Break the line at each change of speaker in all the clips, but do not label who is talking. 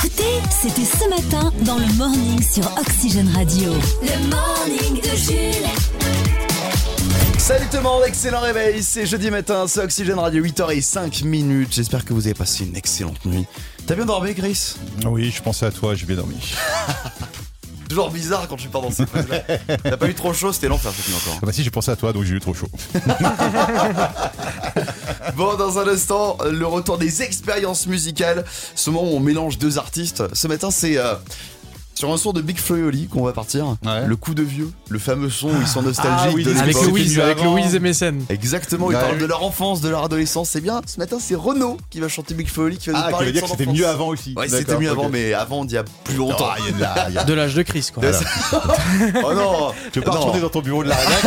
C'était ce matin dans le morning sur Oxygène Radio. Le morning de Jules.
Salut tout le monde, excellent réveil, c'est jeudi matin, c'est Oxygène Radio 8h05 minutes. J'espère que vous avez passé une excellente nuit. T'as bien dormi, Chris
Oui, je pensais à toi, j'ai bien dormi.
Toujours bizarre quand tu pars dans ces phases-là. T'as pas eu trop chaud, c'était l'enfer cette nuit encore.
Ah bah si, j'ai pensé à toi, donc j'ai eu trop chaud.
hein. bon, dans un instant, le retour des expériences musicales. Ce moment où on mélange deux artistes. Ce matin, c'est. euh, Sur un son de Big Flo qu'on va partir,
Ouais. Ah
le coup de vieux, le fameux son où ils sont nostalgiques de
avec
l'époque.
Louise, avec Louise et Mécène.
Exactement, ils
Ouais.
parlent de leur enfance, de leur adolescence. C'est bien, ce matin, c'est Renaud qui va chanter Big Flo qui va nous
Ah, qui
parler
veut
de
dire que
son
c'était
enfance.
mieux avant aussi.
Ouais, c'était
D'accord,
mieux
ok.
avant, mais avant, il y a plus
Oh,
longtemps.
il y a de la- il y a-
De l'âge de Chris, quoi.
Voilà.
oh non
Tu veux pas
Non.
retourner dans ton bureau de la rédac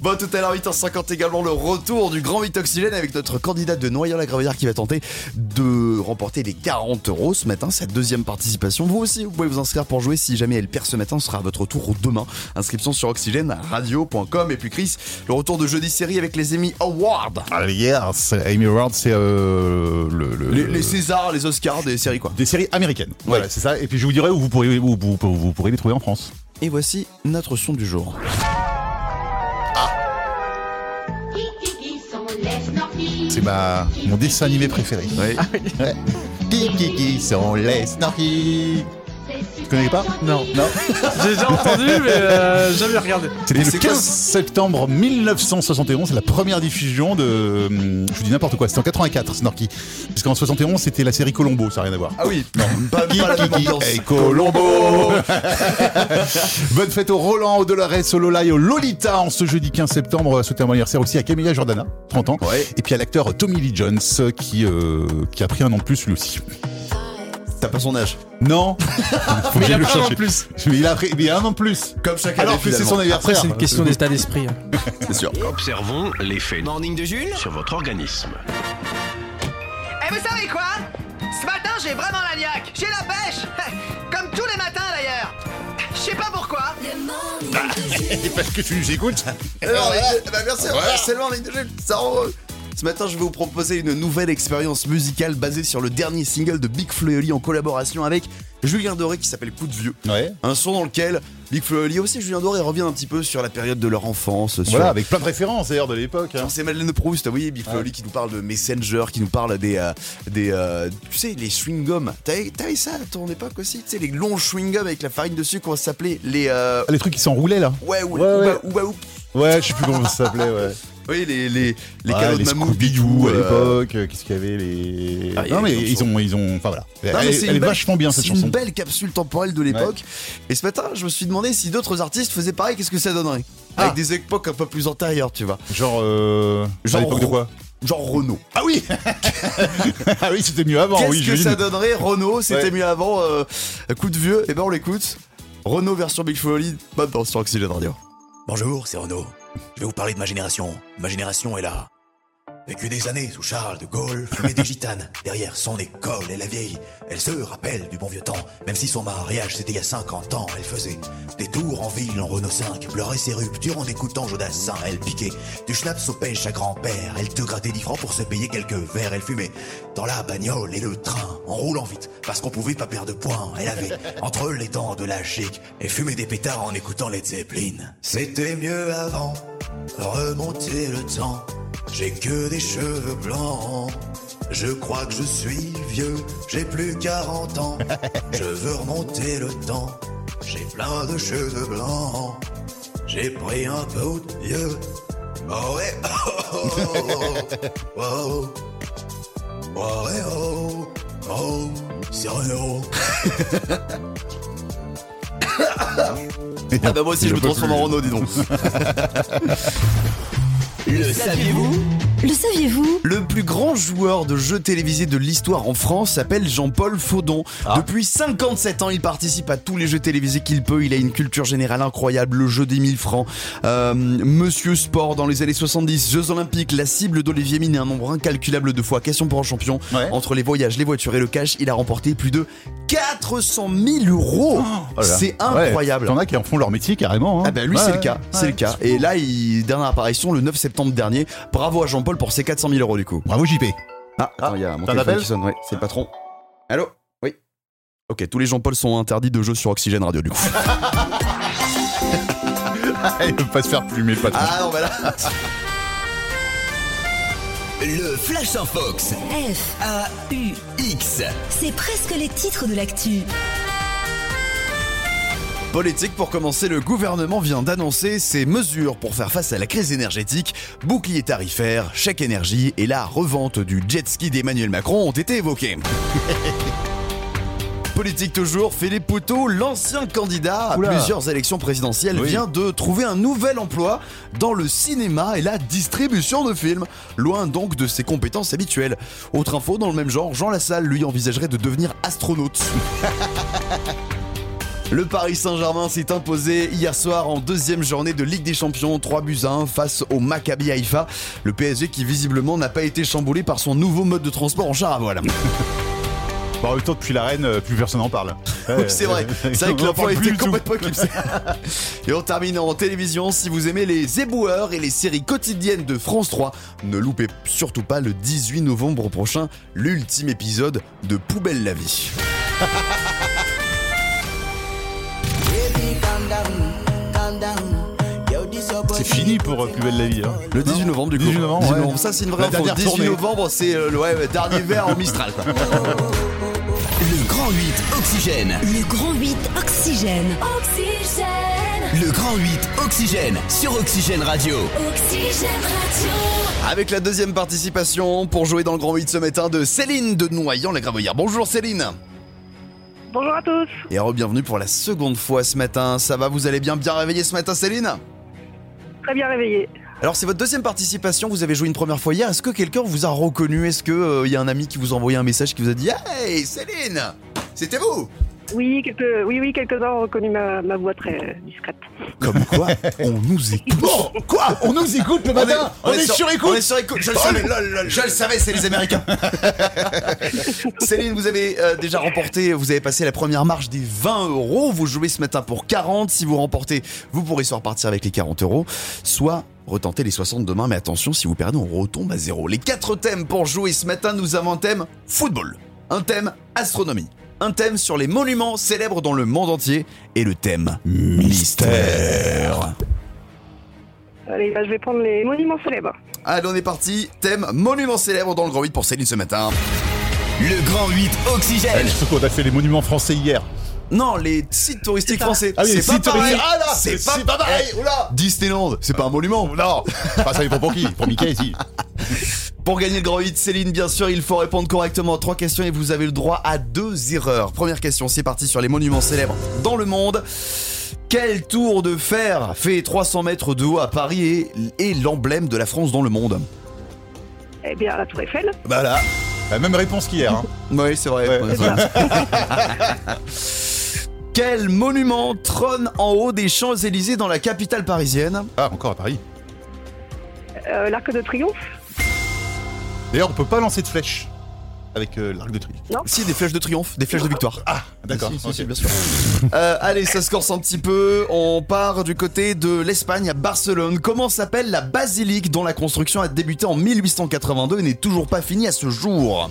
Bon, tout à l'heure, 8h50 également, le retour du Grand 8 Oxygène avec notre candidate de Noyant-la-Gravière qui va tenter de remporter les 40 euros ce matin, sa deuxième participation. Vous aussi, vous pouvez vous inscrire pour jouer. Si jamais elle perd ce matin, ce sera à votre tour demain. Inscription sur oxygène-radio.com. Et puis, Chris, le retour de jeudi série avec les Emmy Awards.
Ah, Hier, c'est- Amy Ward, c'est euh, le. le-
Les, les Césars, les Oscars des séries, quoi.
Des séries américaines. Voilà, c'est ça. Et puis je vous dirai où vous pourrez, où vous, où vous pourrez les trouver en France.
Et voici notre son du jour.
C'est ma, mon dessin animé préféré.
Ouais.
Ouais. Kiki qui sont les Snorri.
Tu
connais pas
Non.
Non
J'ai déjà entendu, mais euh, jamais regardé.
C'était le
c'est quoi
15 septembre 1971, c'est la première diffusion de. hum, Je vous dis n'importe quoi, c'était en 84, Snorky. Parce qu'en 71, c'était la série Colombo, ça n'a rien à voir.
Ah oui, non, pas, pas la même
Kiki,
ambiance.
hey, Colombo Bonne fête au Roland, au Dolores, au Lola et au Lolita en ce jeudi 15 septembre. On va souhaiter un bon anniversaire aussi à Camilla Jordana, 30 ans.
Ouais.
Et puis à l'acteur Tommy Lee Jones qui, euh, qui a pris un an de plus lui aussi.
T'as pas son âge.
Non Faut que
Mais il y
j'aille
a
le
pas un en
chercher.
plus.
Mais il a pris mais il y a un an de plus
Comme chaque année,
alors que c'est son
Ah, finalement.
anniversaire.
C'est une question d'état d'esprit. hein.
C'est sûr.
Observons l'effet Morning de Jules sur votre organisme.
Eh, vous savez quoi Ce matin, j'ai vraiment la niaque. J'ai la pêche. Comme tous les matins, d'ailleurs. Je sais pas pourquoi.
Le morning de Jules.
Et parce que tu nous écoutes
Alors, eh ben, merci, c'est loin, les deux jeunes, ça rend heureux. Ce matin, je vais vous proposer une nouvelle expérience musicale basée sur le dernier single de Big Flo et Oli en collaboration avec Julien Doré qui s'appelle Coup de Vieux.
Ouais.
Un son dans lequel Big Flo et Oli aussi Julien Doré revient un petit peu sur la période de leur enfance. Sur...
Voilà, avec plein de références d'ailleurs de l'époque. hein.
Genre, C'est Madeleine de Proust, vous voyez, Big Flo et Oli qui nous parle de Messenger, qui nous parle des. euh, des euh, tu sais, les chewing-gums. T'avais t'avais ça à ton époque aussi Tu sais, les longs chewing-gums avec la farine dessus, comment ça s'appelait Les. euh,
Ah, Les trucs qui s'enroulaient là.
ouais, ou,
Ouais, ouais.
ouba- ouba- oup.
Ouais, je sais plus comment ça s'appelait, ouais.
Oui, les, les, les
Ouais,
canaux de mammouth.
Scooby-Doo à
euh,
l'époque, euh, qu'est-ce qu'il y avait les
Ah, il y
Non
avait
mais
des
ils
chansons.
ont ils ont enfin voilà.
Non, mais
Ah, elle
c'est
elle
une
est
belle-
vachement bien cette
c'est
chanson.
une belle capsule temporelle de l'époque. Et ce matin, je me suis demandé si d'autres artistes faisaient pareil, qu'est-ce que ça donnerait
Ah.
Avec des époques un peu plus antérieures, tu vois.
Genre euh
Genre
à l'époque de quoi
Genre Renault.
Ah oui. ah oui, c'était mieux avant,
qu'est-ce
oui,
que
j'imagine.
ça donnerait Renault C'était
Ouais.
mieux avant. euh, coup de vieux, et ben on l'écoute. Renault version Big Folly, maintenant sur Oxygène Radio.
Bonjour, c'est Renaud. Je vais vous parler de ma génération. Ma génération est là. Vécu des années sous Charles de Gaulle, fumée des gitanes, derrière son école, elle la vieille. Elle se rappelle du bon vieux temps, même si son mariage c'était il y a 50 ans, elle faisait des tours en ville en Renault 5, pleurait ses ruptures en écoutant Jodassin, elle piquait du schnapps aux pêches à grand-père, elle te grattait 10 francs pour se payer quelques verres, elle fumait dans la bagnole et le train, en roulant vite, parce qu'on pouvait pas perdre de points, elle avait entre les dents de la chic et fumait des pétards en écoutant les Zeppelin. C'était mieux avant, remonter le temps. J'ai que des cheveux blancs. Je crois que je suis vieux, j'ai plus 40 ans. Je veux remonter le temps. J'ai plein de cheveux blancs. J'ai pris un peu de vieux. Oh ouais, oh, oh, oh, oh. Oh ouais, oh, oh, c'est Renaud.
Ah bah moi aussi, je me
peux
transforme en Renault, dis donc.
Le saviez-vous
Le plus grand joueur de jeux télévisés de l'histoire en France s'appelle Jean-Paul Faudon.
Ah.
Depuis 57 ans, il participe à tous les jeux télévisés qu'il peut. Il a une culture générale incroyable, le jeu des 1000 francs, euh, Monsieur Sport dans les années 70, Jeux Olympiques, la cible d'Olivier Mine et un nombre incalculable de fois. Question pour un champion.
Ouais.
Entre les voyages, les voitures et le cash, il a remporté plus de 400 000 euros.
Oh là là.
C'est
Ouais,
incroyable.
T'en as qui en font leur métier carrément hein.
Ah bah lui c'est
Ouais,
le cas,
ouais,
c'est
ouais.
le cas. Et là, il, dernière apparition le 9 septembre dernier. Bravo à Jean-Paul pour ses 400 000 euros du coup.
Bravo JP.
Ah, attends, il y a mon
t'as un
téléphone
appel
qui sonne, ouais, c'est le patron. Allô Ok, tous les Jean-Paul sont interdits de jeu sur Oxygène Radio, du coup.
Il veut pas se faire plumer le patron.
non, bah là.
Le Flash en Fox.
F,
A-U-X.
c'est presque les titres de l'actu.
Politique pour commencer, le gouvernement vient d'annoncer ses mesures pour faire face à la crise énergétique. Bouclier tarifaire, chèque énergie et la revente du jet ski d'Emmanuel Macron ont été évoquées. Politique toujours, Philippe Poutot, l'ancien candidat à
Oula.
plusieurs élections présidentielles,
Oui.
vient de trouver un nouvel emploi dans le cinéma et la distribution de films, loin donc de ses compétences habituelles. Autre info, dans le même genre, Jean Lassalle lui envisagerait de devenir astronaute. Le Paris Saint-Germain s'est imposé hier soir en deuxième journée de Ligue des Champions, 3 buts à 1 face au Maccabi Haïfa. Le PSG qui visiblement n'a pas été chamboulé par son nouveau mode de transport en char à voile.
Bah, en même temps, depuis la reine, euh, plus personne n'en parle.
Oui, c'est vrai. C'est vrai que
On en
l'info
parle
a
plus
été
du tout.
complètement éclipsée. Et on termine en télévision. Si vous aimez les éboueurs et les séries quotidiennes de France 3, ne loupez surtout pas le 18 novembre prochain l'ultime épisode de Poubelle la vie.
C'est fini pour euh, Plus belle la vie. hein.
Le 18 novembre du coup.
18 novembre,
18
ouais.
Ça c'est une
La
vraie info.
dernière
18
tournée.
novembre c'est euh, le ouais, dernier verre en Mistral. quoi.
Le Grand 8 Oxygène.
Le grand 8 oxygène. Oxygène.
Le Grand 8 Oxygène sur Oxygène Radio.
Oxygène Radio.
Avec la deuxième participation pour jouer dans le Grand 8 ce matin de Céline de Noyant la Gravoyère. Bonjour Céline.
Bonjour à tous.
Et bienvenue pour la seconde fois ce matin. Ça va, vous allez bien bien réveillé ce matin Céline
Très bien réveillé.
Alors c'est votre deuxième participation, vous avez joué une première fois hier. Est-ce que quelqu'un vous a reconnu Est-ce que euh, il y a un ami qui vous a envoyé un message qui vous a dit "Hey Céline, c'était vous
Oui, quelques, oui, oui, quelques-uns ont reconnu ma, ma voix très euh, discrète.
Comme quoi, on nous écoute.
Bon, quoi On nous écoute le matin On, est, sur écoute
On est sur écoute. Oh Je le savais, je le savais, c'est les Américains. Céline, vous avez euh, déjà remporté, vous avez passé la première marche des 20 euros. Vous jouez ce matin pour 40. Si vous remportez, vous pourrez soit repartir avec les 40 euros, soit retenter les 60 demain. Mais attention, si vous perdez, on retombe à zéro. Les quatre thèmes pour jouer ce matin, nous avons un thème football, un thème astronomie. Un thème sur les monuments célèbres dans le monde entier et le thème mystère.
Allez, bah, je vais prendre les monuments célèbres.
Allez, on est parti. Thème monument célèbre dans le Grand 8 pour Céline ce matin.
Le Grand 8 Oxygène.
Surtout Eh, qu'on a fait les monuments français hier.
Non, les sites touristiques français.
Ah oui, les
c'est pas
sites
pareil.
touristiques. Ah là,
c'est
c'est
pas,
pas
pareil.
pareil.
Oula. Disneyland, c'est pas un monument.
Non Enfin, ça dépend pour qui Pour Mickey, si.
Pour gagner le grand 8, Céline, bien sûr, il faut répondre correctement à trois questions et vous avez le droit à deux erreurs. Première question, c'est parti sur les monuments célèbres dans le monde. Quel tour de fer fait 300 mètres de haut à Paris et est l'emblème de la France dans le monde Bah
Eh bien, la Tour Eiffel.
Voilà. La même réponse qu'hier. Hein.
Oui, c'est vrai.
Ouais.
Ouais, c'est vrai. Quel monument trône en haut des Champs-Élysées dans la capitale parisienne
Ah, encore à Paris.
Euh, L'Arc de Triomphe.
D'ailleurs, on peut pas lancer de flèches avec euh, l'arc de triomphe.
Si, des flèches de triomphe, des flèches de victoire.
Ah, d'accord.
Si, si,
ok.
si, bien sûr. Euh, allez, ça se corse un petit peu. On part du côté de l'Espagne à Barcelone. Comment s'appelle la basilique dont la construction a débuté en 1882 et n'est toujours pas finie à ce jour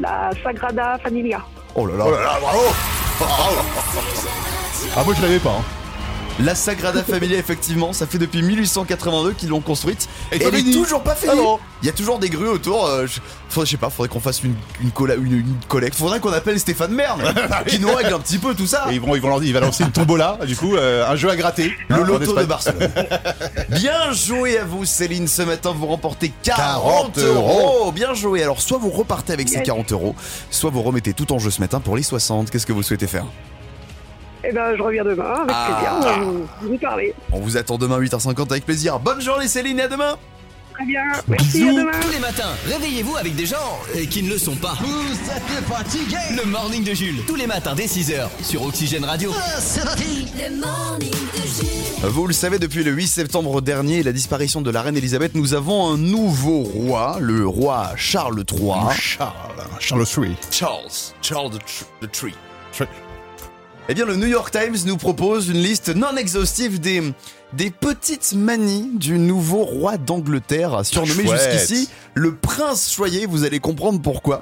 La Sagrada Familia.
Oh là là.
Oh là là, bravo Bravo. Ah, moi je l'avais pas. hein.
La Sagrada Familia, effectivement, ça fait depuis 1882 qu'ils l'ont construite.
Et
Et
t'as
elle est
fini
toujours pas finie.
Ah bon
Il y a toujours des grues autour. euh, je... faudrait- je sais pas, faudrait qu'on fasse une, une, colla- une- une collecte. Faudrait qu'on appelle Stéphane Merne, qui nous règle un petit peu tout ça.
Ah Et ils vont, ils vont lancer, il va lancer une tombola, du coup, euh, un jeu à gratter. hein,
Le
en
loto de
Espagne.
Barcelone. Bien joué à vous, Céline. Ce matin, vous remportez 40,
40
euros. Bien joué. Alors, soit vous repartez avec ces
Yes.
40 euros, soit vous remettez tout en jeu ce matin pour les 60. Qu'est-ce que vous souhaitez faire
Eh bien, je reviens demain avec
Ah.
plaisir. Vous, vous parlez.
On vous attend demain 8h50 avec plaisir. Bonne journée, Céline, et à demain.
Très bien. Merci, à demain.
Tous les matins, réveillez-vous avec des gens euh, qui ne le sont pas. Vous êtes fatigués Le morning de Jules, tous les matins dès 6h sur Oxygène Radio.
Le morning de Jules.
Vous le savez, depuis le 8 septembre dernier, la disparition de la reine Elisabeth, nous avons un nouveau roi, le roi Charles III.
Charles, hein, Charles III.
Charles, Charles the, tr- the Tree. Eh bien, le New York Times nous propose une liste non exhaustive des, des petites manies du nouveau roi d'Angleterre, surnommé
Ah, Chouette.
jusqu'ici le prince choyé. Vous allez comprendre pourquoi.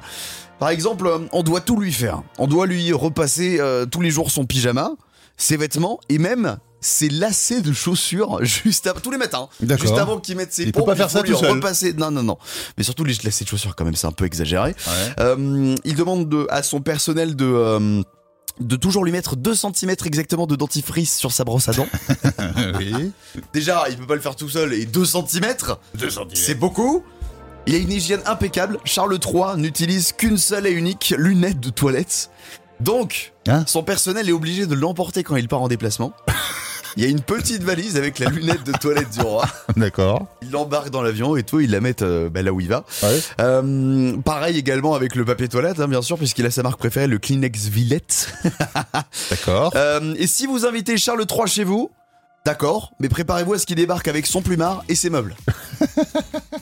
Par exemple, euh, on doit tout lui faire. On doit lui repasser euh, tous les jours son pyjama, ses vêtements et même ses lacets de chaussures juste av- tous les matins.
D'accord.
Juste avant qu'il mette ses
Il peut
pompes,
pas faire
faut
ça
lui
tout seul.
repasser. Non, non, non. Mais surtout les lacets de chaussures quand même, c'est un peu exagéré. Euh, il demande de- à son personnel de... euh, de toujours lui mettre 2 cm exactement de dentifrice sur sa brosse à dents.
Oui.
Déjà, il peut pas le faire tout seul et 2 cm, c'est beaucoup. Il a une hygiène impeccable. Charles III n'utilise qu'une seule et unique lunette de toilette. Donc,
Hein
son personnel est obligé de l'emporter quand il part en déplacement. Il y a une petite valise avec la lunette de toilette du roi.
D'accord.
Il l'embarque dans l'avion et tout, il la met euh, bah, là où il va.
Ouais.
Euh, pareil également avec le papier toilette, hein, bien sûr, puisqu'il a sa marque préférée, le Kleenex Villette.
D'accord.
Euh, et si vous invitez Charles III chez vous, d'accord, mais préparez-vous à ce qu'il débarque avec son plumard et ses meubles.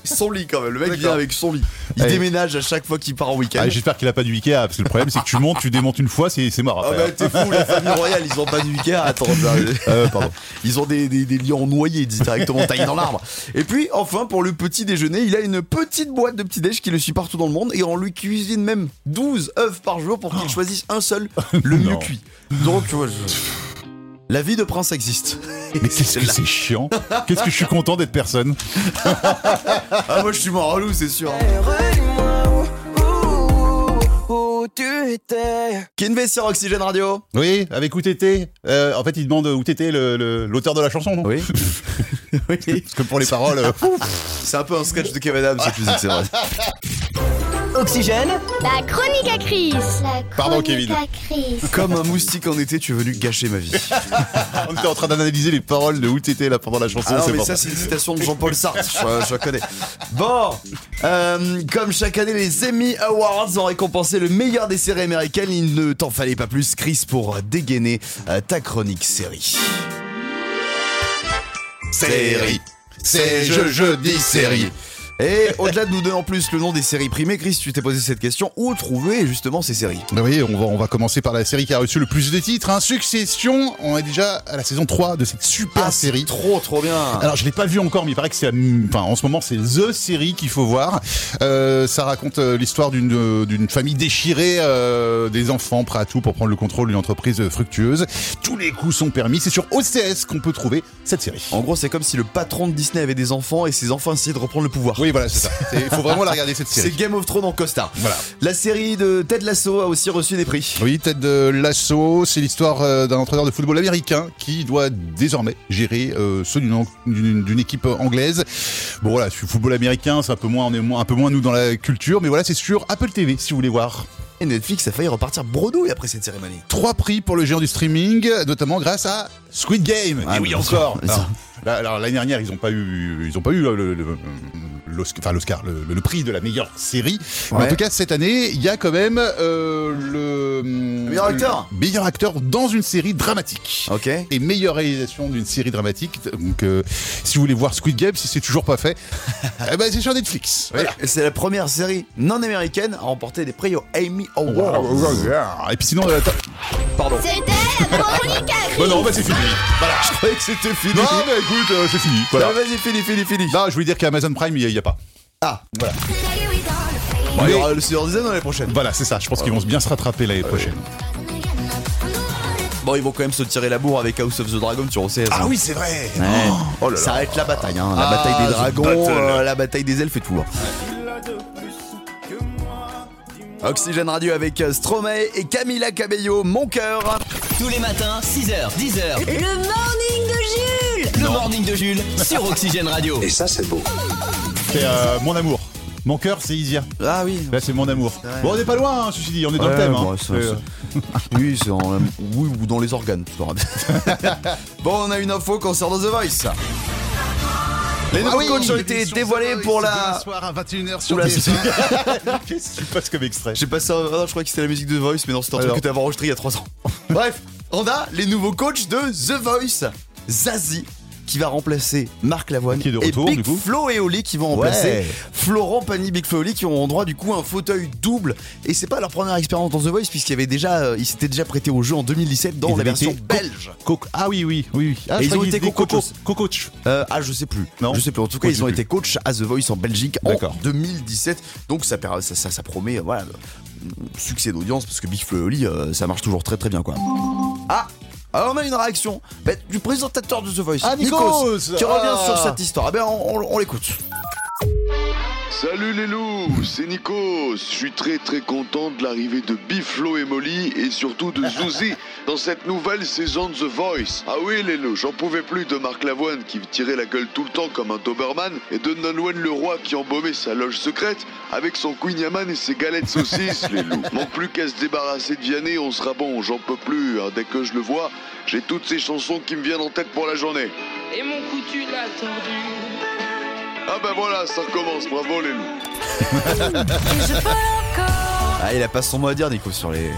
son lit quand même, le mec vient avec son lit. Il
Allez.
déménage à chaque fois qu'il part en week-end.
Ah, J'espère qu'il a pas du Ikea parce que le problème c'est que tu montes, tu démontes une fois, c'est c'est mort.
Ah
après.
bah t'es fou, la famille royale, ils ont pas du Ikea, attends, j'arrive.
Euh, pardon.
ils ont des, des, des lions noyés dis, directement taillés dans l'arbre. Et puis enfin pour le petit déjeuner, il a une petite boîte de petit déj qui le suit partout dans le monde et on lui cuisine même 12 œufs par jour pour qu'il choisisse un seul, le
Non.
mieux cuit. Donc Oh. Ah tu vois, je- la vie de prince existe.
Mais qu'est-ce que c'est chiant Qu'est-ce que je suis content d'être personne
Ah moi je suis mort à loup, c'est sûr. Kinvey sur Oxygène Radio.
Oui, avec où t'étais Euh, En fait, il demande où t'étais le- le- l'auteur de la chanson, non
Oui.
Parce que pour les paroles, euh,
C'est un peu un sketch de Kevin Adams cette musique, c'est vrai.
Oxygène
La chronique à crise. La
Pardon,
chronique
Kevin.
à crise.
Comme un moustique en été, tu es venu gâcher ma vie.
on était en train d'analyser les paroles de où t'étais là pendant la chanson.
Ah non,
c'est
mais
pour
ça, c'est une citation de Jean-Paul Sartre, je, je la connais. Bon, euh, comme chaque année, les Emmy Awards ont récompensé le meilleur des séries américaines. Il ne t'en fallait pas plus, Chris, pour dégainer euh, ta chronique série. Série, c'est je, je dis série. Et au-delà de nous donner en plus le nom des séries primées, Chris, tu t'es posé cette question où trouver justement ces séries
Ben oui, on va, on va commencer par la série qui a reçu le plus de titres. Hein. Succession, on est déjà à la saison 3 de cette super
Ah,
série.
Trop, trop bien.
Alors je l'ai pas vu encore, mais il paraît que c'est, la- enfin en ce moment c'est the série qu'il faut voir. Euh, ça raconte euh, l'histoire d'une euh, d'une famille déchirée, euh, des enfants prêts à tout pour prendre le contrôle d'une entreprise euh, fructueuse. Tous les coups sont permis. C'est sur OCS qu'on peut trouver cette série.
En gros, c'est comme si le patron de Disney avait des enfants et ses enfants essayaient de reprendre le pouvoir.
Oui, voilà, c'est ça. C'est- Il faut vraiment la regarder cette
C'est
série.
Game of Thrones en costard.
Voilà.
La série de Ted Lasso a aussi reçu des prix.
Oui, tête de l'assaut, c'est l'histoire euh, d'un entraîneur de football américain qui doit désormais gérer euh, ceux d'une an- d'une d'une équipe anglaise. Bon voilà, sur le football américain, c'est un peu moins, on est moins- un peu moins nous dans la culture, mais voilà, c'est sur Apple TV si vous voulez voir.
Et Netflix a failli repartir bredouille après cette cérémonie.
Trois prix pour le géant du streaming, notamment grâce à Squid Game.
Ah,
Et oui,
mais-
encore.
mais ça-
Alors, là- alors, l'année dernière, ils n'ont pas eu, ils ont pas eu euh, le- le- le- l'Oscar, enfin, l'Oscar, le, le prix de la meilleure série. Mais
Ouais.
en tout cas, cette année, il y a quand même euh, le
meilleur acteur.
le meilleur acteur dans une série dramatique.
Ok.
Et meilleure réalisation d'une série dramatique. Donc, euh, si vous voulez voir Squid Game, si c'est toujours pas fait, eh ben, c'est sur Netflix. Voilà.
Et C'est la première série non américaine à remporter des prix aux Amy
Oh,
Awards.
Et puis sinon, euh, t'as-
Pardon.
C'était la chronique à
Bon,
crise.
non, bah, c'est fini. Voilà.
Je croyais que c'était fini.
Non, mais écoute, euh, c'est fini. Voilà.
Ah, Vas-y, fini, fini, fini.
Non, Bah, je voulais dire qu'Amazon Prime, il n'y a, pas.
Ah,
Mais-
bon, il y aura le Seigneur des Anneaux l'année prochaine.
Voilà, c'est ça. Je pense qu'ils vont se bien se rattraper l'année prochaine.
Bon, ils vont quand même se tirer la bourre avec House of the Dragon sur OCS. hein.
Ah oui, c'est vrai
Ouais.
Oh
Ça arrête la bataille, hein. la
Ah,
bataille des
the
dragons,
battle.
euh, la bataille des elfes et tout. hein. Oxygène Radio avec euh, Stromae et Camila Cabello, mon cœur.
Tous les matins, 6h, 10h,
Le morning de Jules
le morning de Jules sur Oxygène Radio.
ça, c'est beau.
C'est euh, mon amour. Mon cœur, c'est Isia.
Ah oui.
Là, c'est mon amour. Bon, on n'est pas loin, hein, ceci dit, on est dans le
Ouais,
thème.
bon,
hein.
ça-
Euh,
ça- oui, c'est en- oui, ou dans les organes. c'est pas grave. bon, on a une info concernant The Voice.
Ah
Les nouveaux coachs ont été dévoilés pour la.
soir à 21h
Oula, c'est-
Qu'est-ce que tu passes comme extrait
J'ai passé un... ah, je crois que c'était la musique de The Voice, mais non, c'était un truc
Alors.
que t'avais enregistré il y a 3 ans. Bref, on a les nouveaux coachs de The Voice. Zazie, qui va remplacer Marc Lavoine
Qui est de retour,
et Big
du coup.
Flo et Oli qui vont remplacer
Ouais.
Florent Pagny, Big Flo et Oli qui auront droit du coup à un fauteuil double. Et c'est pas leur première expérience dans The Voice puisqu'il y avait déjà, euh, ils s'étaient déjà prêtés au jeu en 2017 dans
Ils
la
avaient
version
été co-
belge.
co- ah oui, oui, oui. oui. Ah,
Et
je
ils ont
croyais
été
qu'ils étaient
co-coach.
co-coach. Co-coach.
Euh, ah, je sais plus.
Non.
Je sais plus. En tout cas,
Je sais
ils ont
plus.
été coach à The Voice en Belgique en
D'accord.
2017. Donc ça, per- ça, ça- ça promet, euh, voilà, de- succès d'audience parce que Big Flo et Oli, euh, ça marche toujours très très bien quoi. Ah ah, on a une réaction bah, du présentateur de The Voice,
Ah, Nikos
qui revient
Ah
sur cette histoire. Eh bien, on, on- on l'écoute.
Salut les loups, c'est Nico. Je suis très très content de l'arrivée de Biflo et Molly et surtout de Zouzi dans cette nouvelle saison de The Voice. Ah oui les loups, j'en pouvais plus de Marc Lavoine qui tirait la gueule tout le temps comme un Doberman et de Nolwenn Leroy qui embaumait sa loge secrète avec son Queen Yaman et ses galettes saucisses les loups. Manque plus qu'à se débarrasser de Vianney, on sera bon, j'en peux plus. hein. Dès que je le vois, j'ai toutes ces chansons qui me viennent en tête pour la journée.
Et mon coutu l'a tordu.
Ah ben voilà, ça recommence, bravo les loups.
Ah, il a pas son mot à dire, Nico, sur les.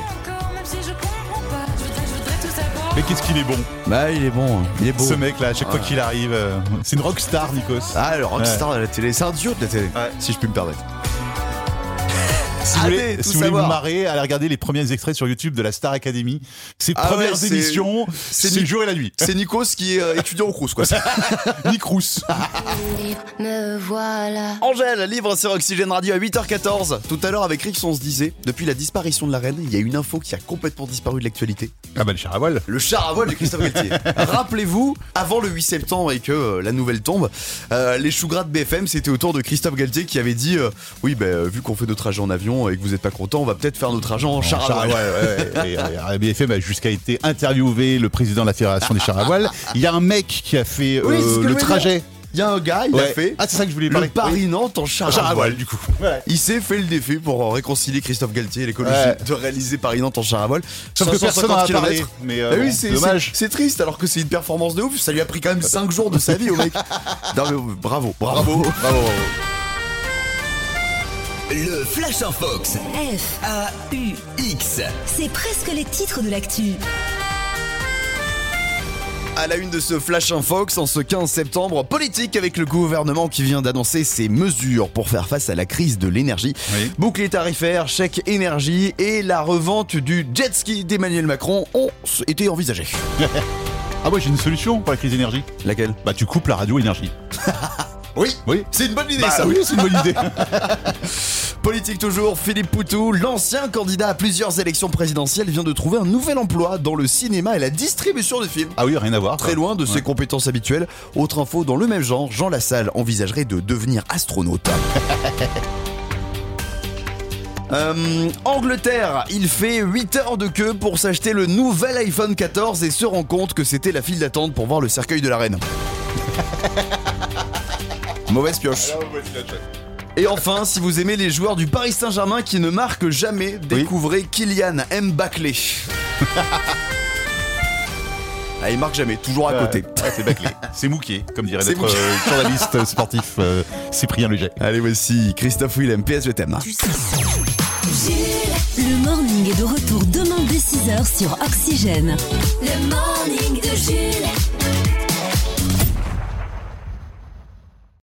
Mais qu'est-ce qu'il est bon,
Bah, il est bon, hein. il est beau.
ce mec-là, à chaque fois
Ouais.
qu'il arrive. euh, c'est une rockstar, Nikos.
Ah, le rockstar de la télé, c'est un dieu de la télé, si je puis me permettre.
Si vous
Allez,
voulez,
tout
si vous, voulez vous
savoir.
marrer, allez regarder les premiers extraits sur YouTube de la Star Academy. Ses
Ah ouais,
premières
c'est-
émissions,
c'est
c'est
Ni-
le jour et la nuit.
C'est Nikos qui est euh, étudiant au Crous, quoi.
Nick Rousse.
Me voilà.
Angèle, livre sur Oxygène Radio à 8h14. Tout à l'heure, avec Rix, on se disait, depuis la disparition de la reine, il y a une info qui a complètement disparu de l'actualité.
Ah bah le char à voile.
Le char à voile de Christophe Galtier. Rappelez-vous, avant le 8 septembre et que euh, la nouvelle tombe, euh, les choux gras de BFM, c'était autour de Christophe Galtier qui avait dit euh, Oui, bah, euh, vu qu'on fait notre trajet en avion et que vous êtes pas content, on va peut-être faire notre trajet en char à voile.
ouais, ouais, ouais. Et, euh, RBFM a jusqu'à été interviewé le président de la fédération des chars à voile. Il y a un mec qui a fait
Oui, c'est ce que
euh,
je
le
voulais
trajet.
Il y a un gars, il a
Ouais.
fait
Ah, c'est ça que je voulais
le
parler. Oui.
Paris-Nantes en
Un
char
Char à
voile.
voile, du coup.
Il s'est fait le défi pour euh, réconcilier Christophe Galtier et l'écologie
Ouais.
de réaliser Paris-Nantes en char à voile.
Sauf que personne n'en a
550
parlé.
kilomètres.
Mais
Ah
euh,
oui,
bon,
c'est
dommage.
c'est- c'est triste alors que c'est une performance de ouf. Ça lui a pris quand même 5 jours de sa vie au mec. Non, mais bravo, bravo, bravo.
Le Flash en Fox.
F,
F-A-U-X.
c'est presque les titres de l'actu.
À la une de ce Flash Infox, en ce 15 septembre, politique avec le gouvernement qui vient d'annoncer ses mesures pour faire face à la crise de l'énergie.
Oui.
Bouclier tarifaire, chèque énergie et la revente du jet ski d'Emmanuel Macron ont été envisagées.
Ah ouais, j'ai une solution pour la crise énergie.
Laquelle
Bah tu coupes la radio énergie.
Oui,
Oui.
c'est une bonne idée
Bah
ça.
oui, c'est une bonne idée.
Politique toujours, Philippe Poutou, l'ancien candidat à plusieurs élections présidentielles, vient de trouver un nouvel emploi dans le cinéma et la distribution de films.
ah oui, rien à voir.
Très loin de ses compétences habituelles. Autre info dans le même genre, Jean Lassalle envisagerait de devenir astronaute. Euh, Angleterre, il fait 8 heures de queue pour s'acheter le nouvel iPhone 14 et se rend compte que c'était la file d'attente pour voir le cercueil de la reine. Ah, Mauvaise pioche. Et enfin, si vous aimez les joueurs du Paris Saint-Germain qui ne marquent jamais, découvrez Kylian Mbappé. ah, il marque jamais, toujours à côté.
Ouais, c'est bâclé. C'est mouqué, comme dirait
C'est
notre euh, journaliste sportif euh, Cyprien Léger.
Allez, voici Christophe Willem, PS, je t'aime.
Le morning est de retour demain dès 6h sur Oxygène.
Le morning de Jules.